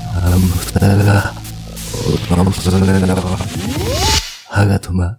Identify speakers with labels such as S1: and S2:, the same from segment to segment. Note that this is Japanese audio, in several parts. S1: さが、おのさが、歯が止ま。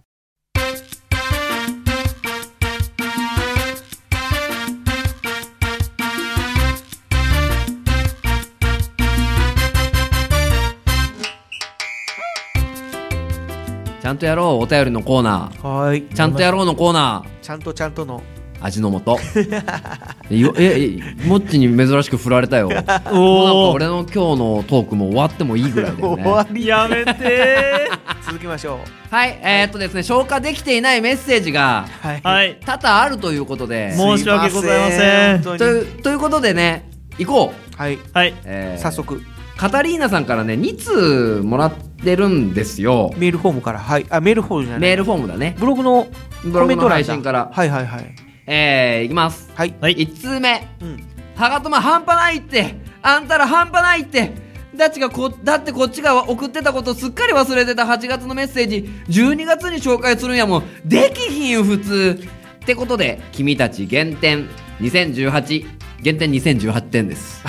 S2: ちゃんとやろうお便りのコーナー
S3: はーい
S2: ちゃんとやろうのコーナ
S3: ちゃんとちゃんとの
S2: ー味の素 いやええもっちに珍しく振られたよもうなんか
S4: お
S2: 俺の今日のトークも終わってもいいぐらいだよ
S3: 終
S2: ね
S3: わ
S4: ー
S3: り
S4: やめて
S3: 続きましょ
S2: はいえー、っとですね消化できていないメッセージが
S3: う はい
S4: ーはい
S2: 多々あるということで
S4: 申し訳ございません
S3: すいま
S2: と
S3: せん本
S2: いうということでね行こう、
S3: 当にはい
S4: はい
S2: えー
S3: 早速
S2: カタリーナさんからね2通もらってるんですよ
S3: メールフォームからはいあメールフォームじゃない
S2: メールフォームだね
S3: ブログの
S2: ブ
S3: コ
S2: ロ
S3: メ
S2: グ
S3: ン
S2: の
S3: ト欄
S2: 配
S3: だ
S2: 信から
S3: はいはいはい
S2: えー、いきます
S3: はい
S4: はい
S2: 1通目
S3: うん
S2: ハガトマ半端ないってあんたら半端ないってだっちがこだってこっちが送ってたことすっかり忘れてた8月のメッセージ12月に紹介するんやもんできひんよ普通ってことで君たち減点2018減点2018点です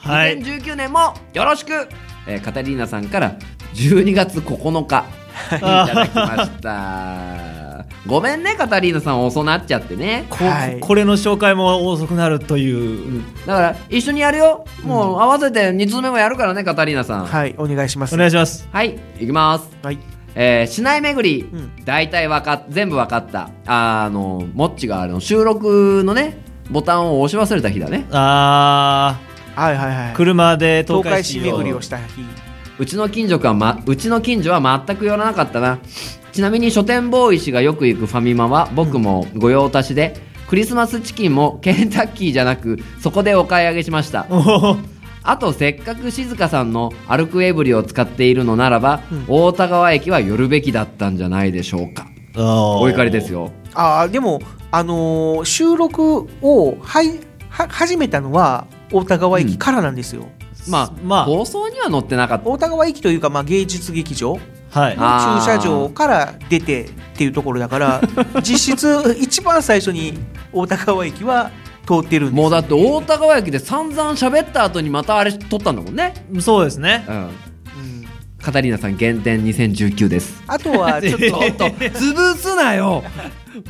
S4: はい
S2: 2019年もよろしく、えーカタリーナさんから12月9日いただきましたごめんねカタリーナさん遅なっちゃってね
S4: こ
S3: はい
S4: これの紹介も遅くなるという
S2: だから一緒にやるよもう合わせて2通目もやるからねカタリーナさんはい、
S3: はいお願いします
S4: お願いします
S2: いきます
S3: はい
S2: えー、市内巡り、
S3: ん
S2: 大体わか全部わかったあーあのもっちがあの収録のねボタンを押し忘れた日だね
S4: あ
S3: はいはいはい
S4: ー車で東
S3: 東海
S4: 海
S3: 市
S4: 市
S3: 巡り
S4: を
S3: をした日
S2: うちの近所か、ま、うちの近所は全く寄らなかったなちなみに書店ボーイ氏がよく行くファミマは僕も御用達で、クリスマスチキンもケンタッキーじゃなくそこでお買い上げしました
S4: おー
S2: あとせっかく静香さんの歩くエブリを使っているのならば、大田川駅は寄るべきだったんじゃないでしょうかお怒りですよ
S3: ああでもあのー収録をはいは始めたのは大田川駅からなんですよ、
S2: まあ、
S4: まあ
S2: 放送には載ってなかった
S3: 大田川駅というか、まあ、芸術劇場
S4: はい
S2: あー
S3: 駐車場から出てっていうところだから 実質一番最初に大田川駅は通ってるんです
S2: もうだって大田川駅で散々喋った後にまたあれ撮ったんだもんね
S4: そうですね
S2: うん
S3: うん
S2: カタリーナさん減点2019です
S3: あとはちょっ
S2: ちょっと
S3: と
S2: 潰すなよ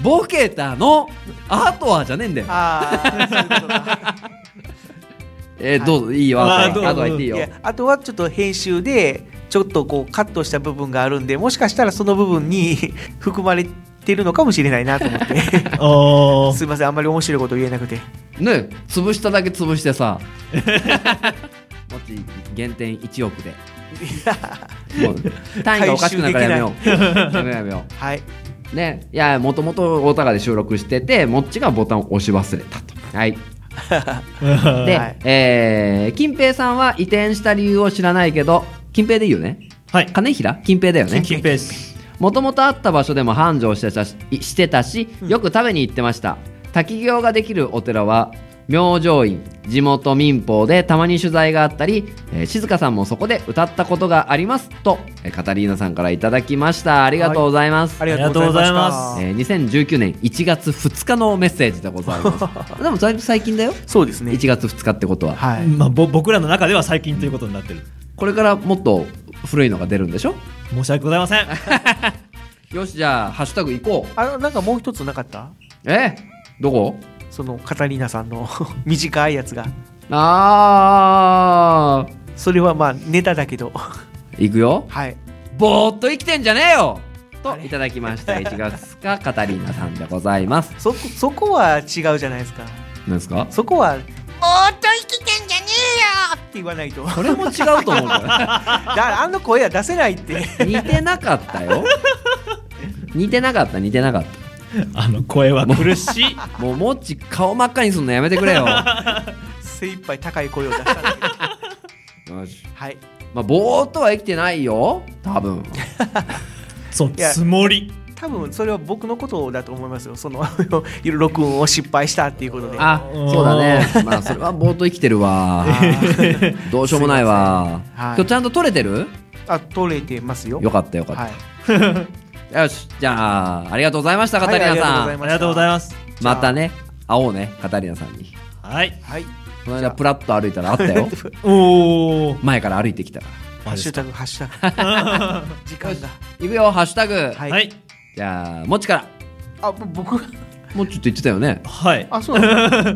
S2: ボケたのあとはじゃねえんだよ
S3: あーそういうことか
S2: えーどうぞいいよ
S4: あ
S2: あとはあ
S4: どうぞ
S2: とは言っていい
S3: い
S2: よ
S3: やあとはちょっと編集でちょっとこうカットした部分があるんでもしかしたらその部分に 含まれてるのかもしれないなと思って
S4: おー
S3: すいませんあんまり面白いこと言えなく て
S2: ね潰しただけ潰してさもっち減点1億でも う単位がおかしくなるからやめようやめようやめよ
S3: はいう
S2: ねいやもともと大田川で収録しててもっちがボタンを押し忘れたとはいで、
S3: はい
S2: えー、金平さんは移転した理由を知らないけど金平でいいよね
S4: はい
S2: 金平金平だよね
S4: 金平です
S2: もともとあった場所でも繁盛してたししてたしよく食べに行ってました、滝行ができるお寺は明星院地元民放でたまに取材があったり、えー静香さんもそこで歌ったことがありますと、えーカタリーナさんからいただきましたありがとうございます、
S3: ありがとうございま
S4: あ
S3: す
S2: えー2019年1月2日のメッセージでございますでもだいぶ最近だよ
S3: そうですね
S2: 1月2日ってことは
S3: はい
S4: まあぼ僕らの中では最近ということになってる
S2: これからもっと古いのが出るんでしょ
S4: 申し訳ございません
S2: よしじゃあハッシュタグ行こう
S3: あのなんかもう一つなかった
S2: えどこ
S3: そのカタリーナさんの 短いやつが
S2: あ
S3: それはまあネタだけど
S2: ー行くよ
S3: はい
S2: ぼーっと生きてんじゃねえよと
S3: あれ
S2: いただきました1月2日カタリーナさんでございます
S3: そこそこは違うじゃないですか
S2: なんですか
S3: そこは「おっと生きてんじゃねえよ!」って言わないとだ
S2: それも違うと思うか
S3: からあの声は出せないって
S2: ら似てなかったよ似てなかった似てなかっ
S4: あの声は苦しい
S2: たもうもっち顔真っ赤にすんのやめてくれ よ
S3: 精一杯高い声を出したんだけど
S2: よし
S3: はい
S2: まあぼーっとは生きてないよ多分
S4: その
S3: いや
S4: つもり
S3: 多分それは僕のことだと思いますよその 録音を失敗したっていうことでは
S2: あそうだね まあそれはぼーっと生きてる わどうしようもないわ
S3: せんは
S2: 今
S3: い
S2: 日ちゃんと取れてる
S3: あ取れてますよ
S2: よかったよかった
S3: はい
S2: よし、じゃあ、ありがとうございました、カタリ
S3: はいあ
S2: ナ
S3: りがと
S2: さ
S3: うござい
S2: ん。
S4: ありがとうございます
S2: またね、会おうね、カタリナさんに。
S4: はい
S3: はい
S2: この間プラッと歩いたらあったよ
S4: おお
S2: 前から歩いてきたか
S3: ハッシュタグ、ハッシュタグ。 時間が。
S2: らいくよハッシュタグ、
S3: は
S4: はい。
S2: じゃあもちから
S3: あ、ぼ僕
S2: もちって言ってたよね
S4: はい
S3: あ、そうなんだ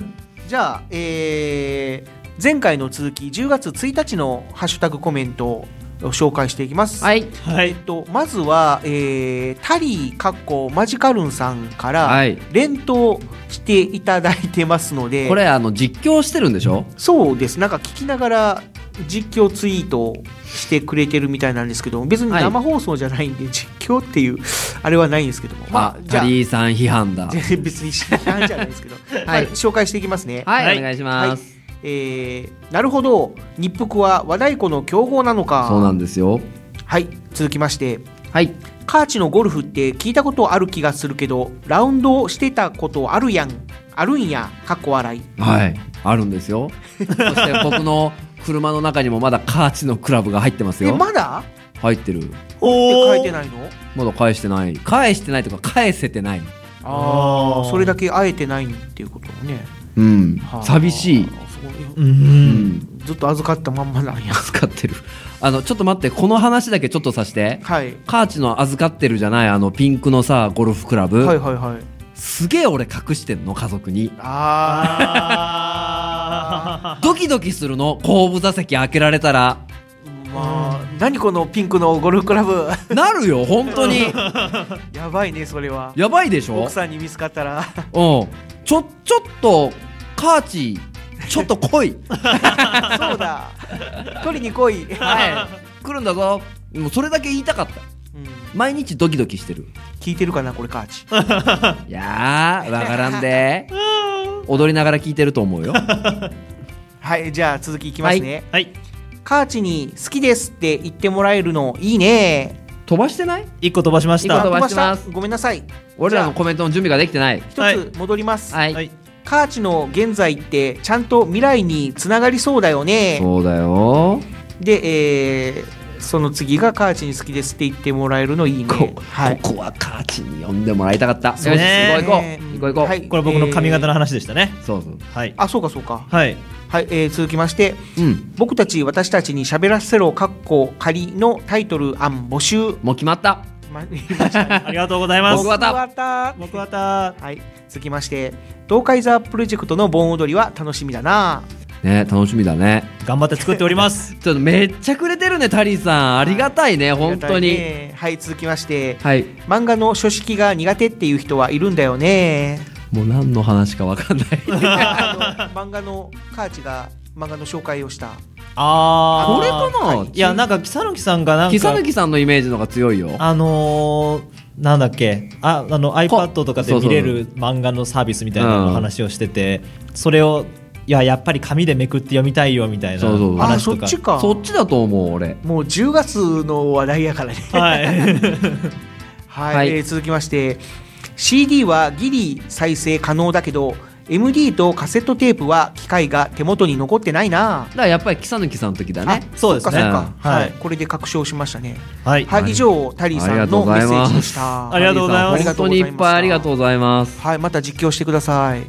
S3: じゃあ、えー前回の続き、10月1日のハッシュタグコメントを紹介していきます。
S2: はい
S4: は
S3: えっ
S4: い
S3: と、まずは、えータリーかっこマジカルンさんから、
S2: はい
S3: 連投していただいてますので
S2: これあの実況してるんでしょ
S3: そうですなんか聞きながら実況ツイートをしてくれてるみたいなんですけど別に
S2: はい
S3: 生放送じゃないんで、実況っていうあれはないんですけども
S2: あタリーさん批判だ
S3: 全然 別に批判じゃないですけど、まあ紹介していきますね。
S2: はい、
S4: はい
S2: お願いします、
S3: えーなるほど日服は和太鼓の競合なのか
S2: そうなんですよ
S3: はい続きまして
S2: はい
S3: カーチのゴルフって聞いたことある気がするけどラウンドしてたことあるやんあるんやかっこ笑い
S2: はいあるんですよそして僕の車の中にもまだカーチのクラブが入ってます
S3: え
S2: よ
S3: まだ
S2: 入ってる
S3: って
S4: お
S3: 書
S4: ー
S3: いてないの
S2: まだ返してない返してないとか返せてない
S3: あ
S4: あー
S3: あそれだけ会えてないっていうことだね、
S2: うん
S3: はあ
S2: 寂しい、
S3: そう
S4: うー
S2: うんん、
S3: ずっと預かったまんまなんや
S2: 使ってるあのちょっと待ってこの話だけちょっとさして
S3: はい
S2: カーチの預かってるじゃないあのピンクのさゴルフクラブ、
S3: はいはいはい
S2: すげえ俺隠してんの家族に
S3: あ あ
S4: あ
S2: ドキドキするの後部座席開けられたら
S3: まあ何このピンクのゴルフクラブ
S2: なるよ本当に
S3: やばいねそれは
S2: やばいでしょ
S3: 奥さんに見つかったら
S2: う んちょちょっとカーチちょっと来い
S3: そうだ取りに来い、
S2: はい来るんだぞもうそれだけ言いたかった
S3: うん
S2: 毎日ドキドキしてる
S3: 聞いてるかなこれカーチ
S2: いやーわからんで踊りながら聞いてると思うよ
S3: はいじゃあ続きいきますね、
S4: ーはい
S3: カーチに「好きです」って言ってもらえるのいいね
S2: 飛ばしてない
S4: 一個飛ばしまし
S2: 一
S4: た
S2: 個飛ば
S4: は
S2: してます
S3: ごめんなさい
S2: 俺らのコメントの準備ができてない
S3: じゃあ一つ戻ります、
S2: はい、
S4: い
S3: カーチの現在ってちゃんと未来につながりそうだよね
S2: そうだよ
S3: で、えーその次が「カーチに好きです」って言ってもらえるのいいねはい
S2: ここはカーチに呼んでもらいたかった
S4: そうね
S2: よし行こう行こう行こう行こう、
S3: はい
S4: これ僕の髪型の話でしたね
S2: そうそう
S4: はい
S3: あそうかそうか
S4: はい
S3: はい、えー続きまして
S2: うん
S3: 僕たち私たちに喋らせろかっこ仮のタイトル案募集
S2: もう決まった
S3: ま言いましたね
S4: ありがとうございます
S2: 僕はた
S3: 僕た
S4: 僕はた
S3: はい、続きまして東海ザプロジェクトの盆踊りは楽しみだな
S2: ね楽しみだね
S4: 頑張って作っております
S2: ちょっとめっちゃくれてるねタリーさんありがたいね本当
S3: ありが
S2: に、
S3: たいねはい続きまして
S2: はい
S3: 漫画の書式が苦手っていう人はいるんだ よね
S2: もう何の話かわかんない
S3: あの漫画のカーチが漫画の紹介をした
S4: あー
S2: これかない
S4: やなんか木更木さんがなんか
S2: 木更木さんのイメージの方が強いよ
S4: あのー、なんだっけああの iPad とかで
S2: そうそう
S4: 見れる漫画のサービスみたいな
S2: うん
S4: の話をしててそれをいややっぱり紙でめくって読みたいよみたいな
S2: そうそう
S3: あ
S4: 話
S3: そ
S4: と
S3: っ
S4: か
S3: ちか
S2: そっちだと思う俺
S3: もう10月の話題やからね
S4: はい
S3: はい、
S2: はい
S3: えー続きまして CD はギリ再生可能だけど MD とカセットテープは機械が手元に残ってないな
S2: だからやっぱり木更木さんの時だね
S4: あそうですね
S3: そっかそっか
S4: うん
S3: は
S4: はいい、
S3: これで確証しましたね
S4: はい
S3: はい、以上タリーさんのメッセージでした
S4: ありがとうございます
S2: 本当にいっぱいありがとう
S3: う
S2: ございます
S3: はいまた実況してください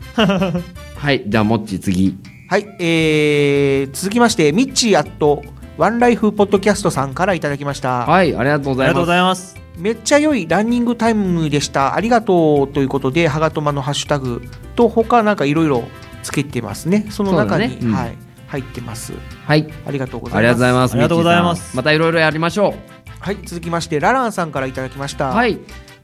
S2: はいじゃあもっち次
S3: はいえー、続きましてミッチーアットワンライフポッドキャストさんからいただきました、
S2: はいありがとうござ
S4: あり
S2: い
S4: が
S2: ま
S4: とうご
S2: す
S4: ざいます
S3: めっちゃ良いランニングタイムでしたありがとうということでハガトマのハッシュタグと他なんかいろいろつけてますねその中に、
S2: そうだねうん
S3: はい入ってます
S2: はい
S3: ありがとうございます
S2: ありがとうございます
S4: ありがとうございます
S2: ミッチーさんまたいろいろやりましょ
S3: はい続きましてラランさんからいただきました、
S2: うはい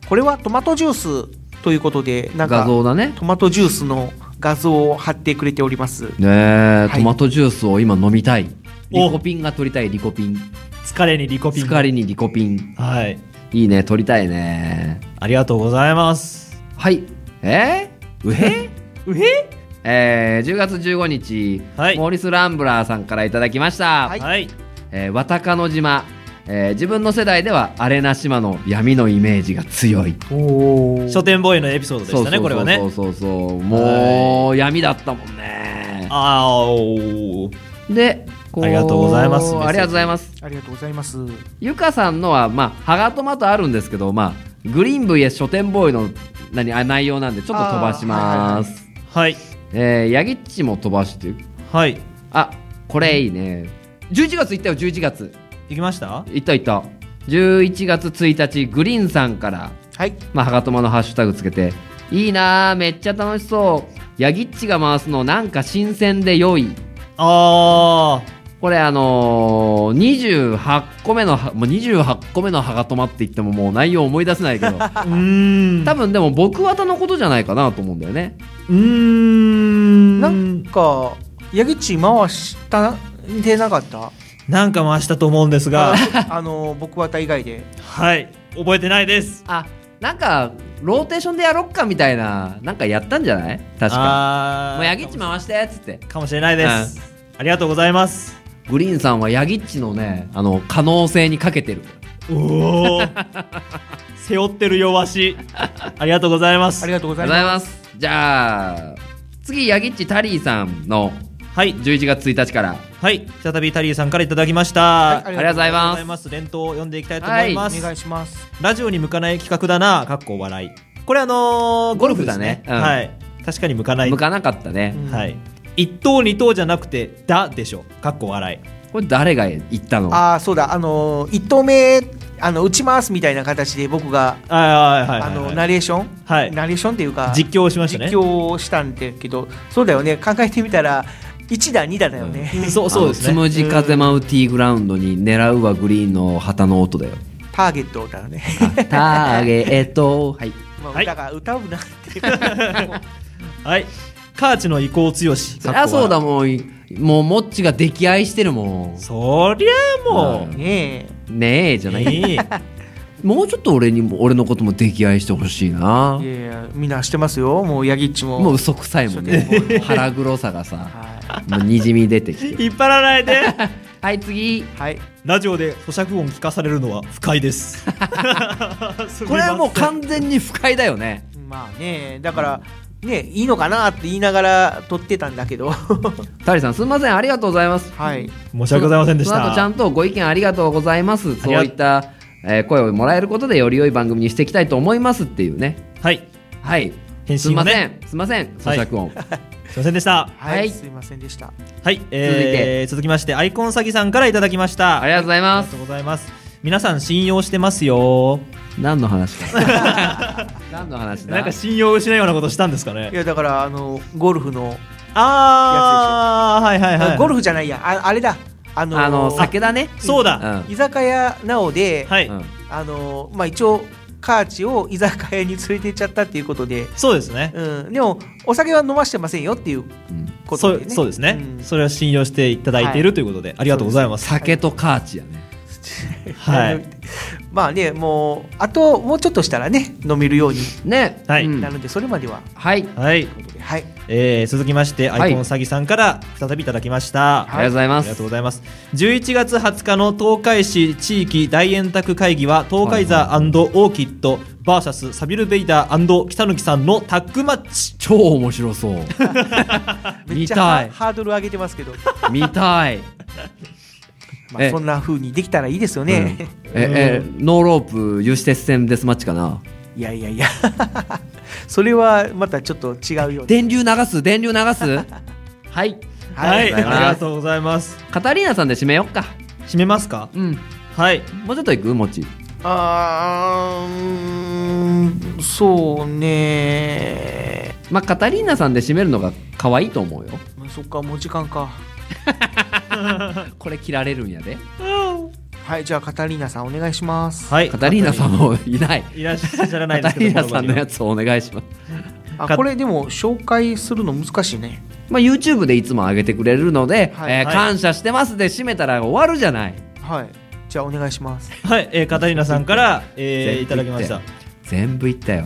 S3: これはトマトジュースということでなんか
S2: 画像だね
S3: トマトジュースの画像を貼ってくれております
S2: ねえ、
S3: はい
S2: トマトジュースを今飲みたい
S4: お
S2: リコピンが取りたいリコピン
S4: 疲れにリコピン
S2: 疲れにリコピン
S4: はい
S2: いいね取りたいね
S4: ありがとうございます
S2: はいえー、うへ
S4: うへ
S2: えー、10月15日、
S4: はい
S2: モーリス・ランブラーさんからいただきました、
S3: はい
S4: はい
S2: えー、わたかの島、えー自分の世代ではアレな島の闇のイメージが強い
S3: おお
S4: 書店ボーイのエピソードでしたねこれは
S2: そう
S4: ね
S2: そうそうもう闇だったもんね
S4: あーおー
S2: でこ
S4: ありがとうございますメッセージ
S2: ありがとうございます
S3: ありがとうございます
S2: ゆかさんのはまあハガトマとあるんですけどまあグリーン VS 書店ボーイの何あ内容なんでちょっと飛ばします、
S4: はい
S2: えー、ヤギッチも飛ばして
S4: はい
S2: あこれいいね11月行ったよ11月
S4: 行きました
S2: 行った行った11月1日グリーンさんから
S3: はい
S2: まあ、はがとまのハッシュタグつけて、いいなあめっちゃ楽しそう。ヤギッチが回すのなんか新鮮で良い。
S4: あ
S2: これあのー、28個目のは、もう28個目のはがとまって言ってももう内容思い出せないけ ど、
S4: あうーん
S2: 多分でも僕はたのことじゃないかなと思うんだよね。
S4: うーん
S3: なんか矢口回したでなかった
S4: なんか回したと思うんですが
S3: ああの僕は以外で
S4: はい覚えてないです
S2: あ、なんか、ローテーションでやろっかみたいな、なんかやったんじゃない確か。
S4: あー
S2: もうヤギッチ回してっつって。
S4: かもしれないですありがとうございます
S2: グリーンさんはヤギッチのね、あの、可能性にかけてる。
S4: おお背負ってる弱しありがとうございます
S3: ありがとうご
S2: あ
S3: ざい
S2: りがとうござい
S3: ま
S2: ます。じゃあ、次、ヤギッチタリーさんの
S4: はい
S2: 11月1日から。
S4: はい再びタリーさんからいただきました、
S3: はい
S2: あ
S3: あ
S2: り
S3: り
S2: が
S3: が
S2: とうご
S3: とうご
S2: ざ
S3: ざ
S2: います
S3: い
S4: ござい。ます連投を読んでいきたいと思います、
S3: すお願いします
S4: ラジオに向かない企画だな、かっこ笑い。これあのーゴルフですね。
S2: ゴルフだねうん
S4: はい。確かに向かない。
S2: 向かなかったね。
S4: はい。一等二等じゃなくて、だでしょ。かっこ笑い。
S2: これ誰が言ったの
S3: ああそうだあの1投目あの打ちますみたいな形で僕が
S4: あーはいは
S3: あ
S4: いはい、はい。
S3: のナレーション、
S4: はい
S3: ナレーションっていうか
S4: 実況しましたね。
S3: 実況をしたんだけどそうだよね考えてみたら1だ2だだよね、
S4: そうそうです
S2: あの
S4: ね。
S2: つむじ風マウティーグラウンドに狙うはグリーンの旗の音だよ。
S3: ターゲットだよね
S2: ターゲット。はい。
S3: まあ
S4: はい
S3: 歌が歌うなっていう
S4: はい。カーチの意向強し。
S2: そりゃそうだも
S4: も
S2: ん。もう、モッチが溺愛してるもん
S4: ん。。そりゃもう。
S3: ね
S2: ねえ、じゃない。
S4: いい
S2: もうちょっと俺にも、俺のことも溺愛してほしいな
S3: えい。やいやみんなしてますよもうヤギッチも
S2: もう嘘くさいもんね。腹黒さがさ、
S3: は
S2: もうにじみ出て きて。
S4: 引っ張らないで。
S2: はい、次。
S3: い、はい、
S4: ラジオで咀嚼音聞かされるのは不 快です。
S2: これはもう
S4: か
S2: 完全に不快だよね。
S3: まあねだから、ねいいのかなって言いながら撮ってたんだけ どは
S2: タリさんすみませんありがとうございます。
S3: い
S4: 申し訳ございませんでした。
S2: その後ちゃんとご意見ありがとうございます。
S4: あ
S2: そ
S4: りが
S2: ういった、えー声をもらえることでより良い番組にしていきたいと思いますっていうね。
S4: はい。
S2: はい。
S4: 返
S2: すみ
S4: 信
S2: ま
S4: を
S2: せ
S4: ね。
S2: ん。すみません。
S4: は
S2: 咀
S4: い
S2: 嚼音。
S4: すいませんでした。
S3: はい、
S2: はい
S3: すいませんでした
S4: はい、えー続きましてアイコン詐欺さんからいただきました
S2: ありがとうござい
S4: あ
S2: ま
S4: りが
S2: す
S4: と。うございます皆さん信用してますよ
S2: 何の話か。 何の話だ。
S4: なんか信用を失うようなことしたんですか
S3: い
S4: ね
S3: やだからあのゴルフの、
S4: ああはいはいはい
S3: ゴル
S4: フ
S3: フじゃないやああれだあの
S2: あの酒だね。
S4: そう
S2: う
S4: だ、
S2: ん。
S3: 居酒屋なおで、
S4: はい、
S2: うん
S3: あのまあ、一応カーチを居酒屋に連れて行っちゃったっていうことで、
S4: そうですね
S3: うん、でもお酒は飲ましてませんよっていう
S2: うん
S3: こ
S4: そ
S3: とで、
S4: う
S3: ね、
S4: そうですね、
S3: ん
S4: それは信用していただいているということで、ありがとうございます
S2: 酒とカーチやね。
S4: はい
S3: まあねもうあともうちょっとしたらね飲めるように
S2: ね。
S4: はい
S2: うん
S3: なるのでそれまでは、
S2: はい。
S4: はい、
S3: はい
S4: えー続きまして
S2: はい
S4: アイコン詐欺さんから再びいただきました、
S2: ありがとうございま
S4: あり
S2: す
S4: がとう。ございます。11月20日の東海市地域大円卓会議は東海ザオーキッドバーサスサビルベイダー北貫さんのタッグマッチ。
S2: 超面白 そう。
S3: めっ
S2: 見
S3: ちゃ
S2: た
S3: ハ
S2: い
S3: ー。ドル上げてますけど、
S2: 見たい。
S3: ま
S2: え
S3: あ、そんな風にできたらいいですよね、
S2: うんええノーロープ有刺鉄線デスマッチかない
S3: やいやい やそれはまたちょっと違うよね
S2: 電流流す電流流す はい
S3: はい
S4: あり
S2: ありが
S4: が
S2: と
S4: とうございます。
S2: カタリーナさんで締めよっか
S4: 締めますか
S2: うん
S4: はい。
S2: もうちょっといくもち
S3: あーうーんそうね
S2: まあカタリーナさんで締めるのが可愛いと思うよ
S3: まあそっかもう時間か
S2: これ切られるんやで
S3: はいじゃあカタリーナさんお願いします
S4: はい。
S2: カタリーナさんもいない
S4: いらっしゃらない
S2: カタ
S4: ですけ
S2: リー
S4: ど。
S2: ナさんのや
S4: つ。
S2: つをお願いします
S3: あこれでも紹介するの難しいね
S2: まあ YouTube でいつも上げてくれるので、
S3: はい
S2: えー
S4: はい
S2: 感謝してますで締めたら終わるじゃない
S3: はいじゃあお願いします
S4: はい、えーカタリーナさんから、えーい
S2: 全
S4: た
S2: 部
S4: だ
S2: 言
S4: き
S2: っ
S4: ま
S2: て
S4: した。
S2: 全部言ったよ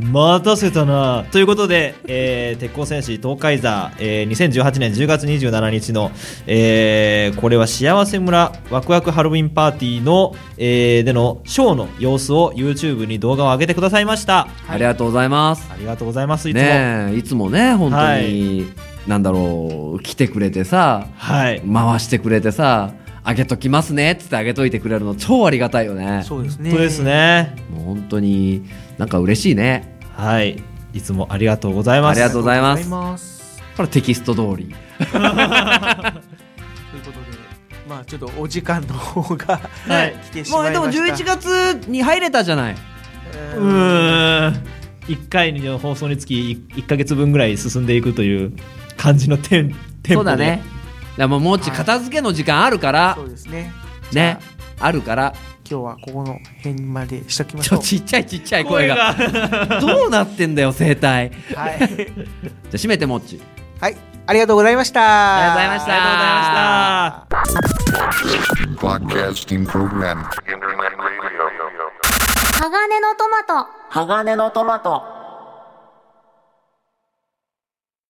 S4: 待たせたなということで、えー鉄鋼戦士東海座、えー2018年10月27日の、えーこれは幸せ村ワクワクハロウィンパーティーの、えーでのショーの様子を YouTube に動画を上げてくださいました
S2: ありがとうございます
S4: ありがとうございますいつも、
S2: ねえいつもね本当に、
S4: はい
S2: なんだろう来てくれてさ
S4: はい
S2: 回してくれてさあげときますねっつってあげといてくれるの超ありがたいよね
S3: そうですね
S4: 本当ですね
S2: もう本当になんか嬉しいね
S4: はいいつもありがとうございます
S2: ありがとうございます
S3: ありがとうございます
S2: これテキスト通り
S3: ということで、まあちょっとお時間の方が
S4: はい
S3: 来てし
S2: もう
S3: まいま
S2: で
S3: した。
S2: も11月に入れたじゃない
S3: え
S4: う
S3: ー
S4: ーん1回の放送につき 1, ヶ月分ぐらい進んでいくという感じのテンテ
S2: そ
S4: ンポ
S2: う
S4: で
S2: だねだからもうもうち片付けの時間あるから
S3: そうですね。
S2: ねあるから
S3: 今日はここの辺までしときまし
S2: ち
S3: ょ
S2: ょ
S3: う。
S2: ちっちゃいちっちゃい声
S4: 声
S2: が
S4: が
S2: どうなってんだよ声帯じゃ
S3: はい、
S2: あ閉めてもっち
S3: はい、ありがとうございました。
S2: ありがとうございました
S4: ありがとうございました。
S5: Broadcasting program.
S6: Internet Radio.
S7: 鋼のトマト
S8: 鋼のトマト